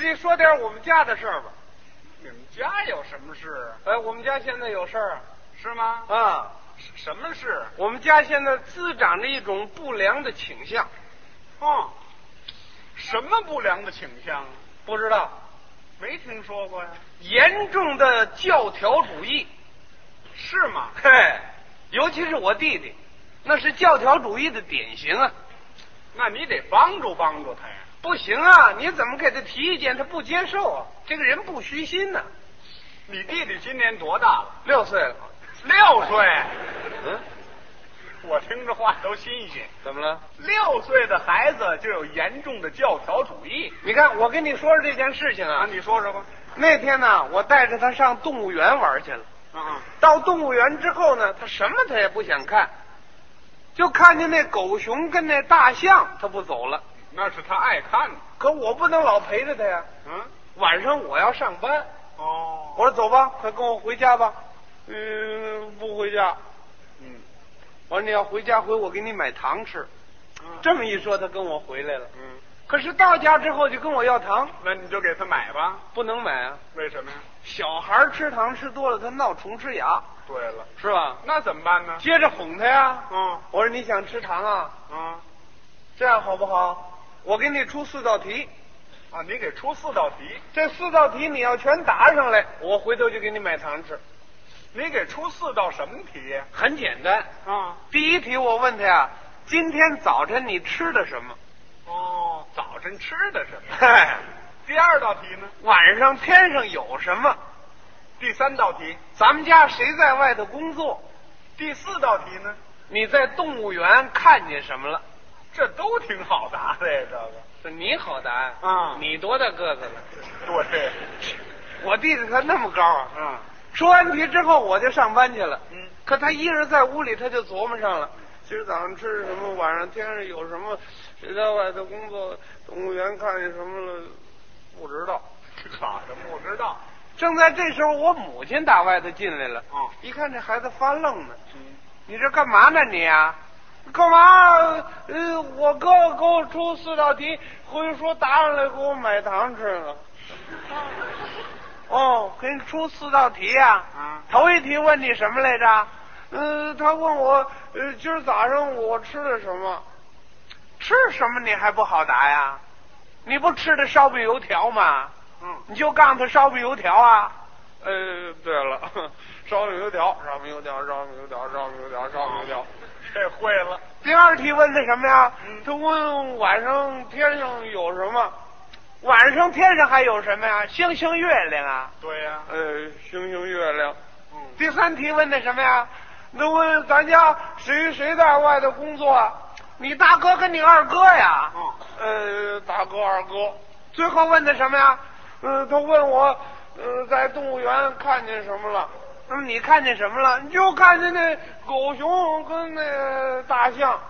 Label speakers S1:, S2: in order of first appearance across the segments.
S1: 近说点我们家的事儿吧。
S2: 你们家有什么事啊？
S1: 哎，我们家现在有事儿
S2: 是吗？
S1: 啊啊，
S2: 什什么事？
S1: 我们家现在滋长着一种不良的倾向，
S2: 嗯，什么不良的倾向啊？
S1: 不知道
S2: 没听说过呀？
S1: 严重的教条主义。
S2: 是吗？
S1: 嘿，尤其是我弟弟，那是教条主义的典型啊！
S2: 那你得帮助帮助他呀。
S1: 不行啊，你怎么给他提意见，他不接受啊？这个人不虚心呐、
S2: 你弟弟今年多大了？
S1: 六岁了，
S2: 六岁。
S1: 嗯，
S2: 我听着话都新鲜。
S1: 怎么了？
S2: 六岁的孩子就有严重的教条主义
S1: 你看，我跟你说说这件事情
S2: 啊！
S1: 啊。
S2: 你说说吧。
S1: 那天呢，我带着他上动物园玩去了。
S2: 啊，
S1: 到动物园之后呢，他什么他也不想看，就看见那狗熊跟那大象，他不走了。
S2: 那是他爱看的。
S1: 可我不能老陪着他呀，
S2: 嗯，
S1: 晚上我要上班。
S2: 哦
S1: 我说走吧，快跟我回家吧。嗯，不回家。
S2: 嗯，
S1: 我说你要回家回，我给你买糖吃。这么一说，他跟我回来了。
S2: 嗯，
S1: 可是到家之后就跟我要糖，
S2: 那你就给他买吧。
S1: 不能买啊。
S2: 为什么呀？
S1: 小孩儿吃糖吃多了，他闹虫吃牙，
S2: 对了，
S1: 是吧？
S2: 那怎么办呢？
S1: 接着哄他呀。
S2: 嗯
S1: 我说你想吃糖啊？
S2: 嗯，
S1: 这样好不好？我给你出四道题，
S2: 啊，你给出四道题，
S1: 这四道题你要全答上来，我回头就给你买糖吃。
S2: 你给出四道什么题呀？
S1: 很简单，
S2: 啊，
S1: 第一题我问他呀，今天早晨你吃的什么？
S2: 哦，早晨吃的什么？
S1: 嘿，
S2: 第二道题呢？
S1: 晚上天上有什么？
S2: 第三道题？
S1: 咱们家谁在外头工作？
S2: 第四道题呢？
S1: 你在动物园看见什么了？
S2: 这都挺好答的呀，这个。
S1: 这你好答案
S2: 啊
S1: 你多大个子了？
S2: 对，
S1: 我弟弟他那么高啊！
S2: 嗯
S1: 说完题之后我就上班去了。
S2: 嗯，
S1: 可他一人在屋里，他就琢磨上了。今儿早上吃什么？晚上天上有什么？谁在外头工作？动物园看见什么了？不知 道。
S2: 好的，不知道。
S1: 正在这时候，我母亲打外头进来了。
S2: 哦
S1: 一看这孩子发愣呢。
S2: 嗯，
S1: 你这干嘛呢你啊？干嘛？呃，我哥给我出四道题，回去说答上来给我买糖吃了。哦，给你出四道题呀、
S2: 啊
S1: 头一题问你什么来着？呃，他问我，呃，今儿早上我吃了什么？吃什么你还不好答呀？你不吃的烧饼油条吗？
S2: 嗯，
S1: 你就告诉他烧饼油条啊。呃，对了， 烧饼油条，烧饼油条，烧饼油条，烧饼油条，烧饼油条。
S2: 这会了。
S1: 第二题问的什么呀
S2: 嗯？
S1: 他问晚上天上有什么？晚上天上还有什么呀？星星、月亮啊？
S2: 对呀、
S1: 呃，星星、月亮。
S2: 嗯，
S1: 第三题问的什么呀？那问咱家谁谁在外头工作啊？你大哥跟你二哥呀？
S2: 嗯
S1: 呃，大哥二哥。最后问的什么呀？呃，他问我，呃，在动物园看见什么了？那么你看见什么了？你就看见那狗熊跟那大象，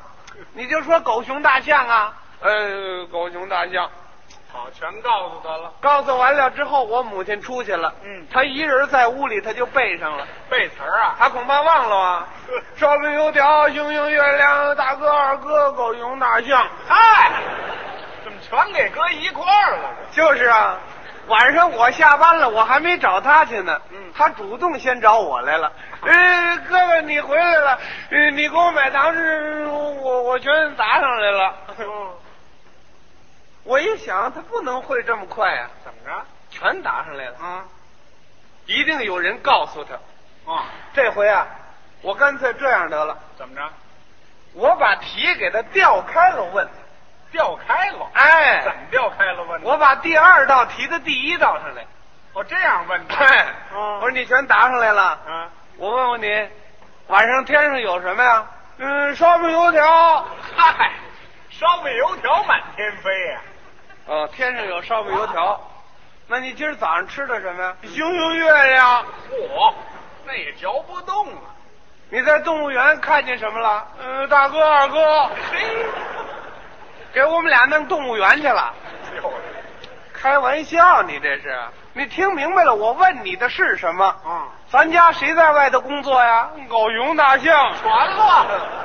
S1: 你就说狗熊大象啊。呃，狗熊大象。
S2: 好，全告诉他了，
S1: 告诉完了之后，我母亲出去了。
S2: 嗯
S1: 她一人在屋里，她就背上了。
S2: 背词儿啊。
S1: 他恐怕忘了啊。烧饼油条、星星、月亮、大哥、二哥、狗熊、大象。
S2: 嗨，怎么全给搁一块儿了？
S1: 就是啊，晚上我下班了，我还没找他去呢。
S2: 嗯
S1: 他主动先找我来 了。呃，哥哥你回来了，呃，你给我买糖吃，我我全砸上来 了。
S2: 这嗯，
S1: 我一想，他不能会这么快啊，
S2: 怎么着？
S1: 全答上来了，
S2: 啊
S1: 一定有人告诉他。
S2: 啊，
S1: 这回啊，我干脆这样得了，
S2: 怎么着？
S1: 我把题给他调开了问。
S2: 调开了？
S1: 哎，
S2: 怎么调开了问？
S1: 我把第二道题的第一道 上来，哦
S2: 我这样问的。
S1: 哎我说你全答上来了。
S2: 啊，
S1: 我问问你，晚上天上有什么呀？嗯，烧饼油条。
S2: 嗨，烧饼油条满天飞啊呀、
S1: 哦，天上有烧饼油条。那你今儿早上吃的什么呀？星星月亮。
S2: 嚯，那也嚼不动啊！
S1: 你在动物园看见什么了？嗯，大哥二哥，
S2: 嘿，
S1: 给我们俩弄动物园去了。
S2: 就是
S1: 开玩笑，你这是？你听明白了？我问你的是什么？嗯
S2: 啊，
S1: 咱家谁在外头工作呀？狗熊大象。
S2: 全乱了。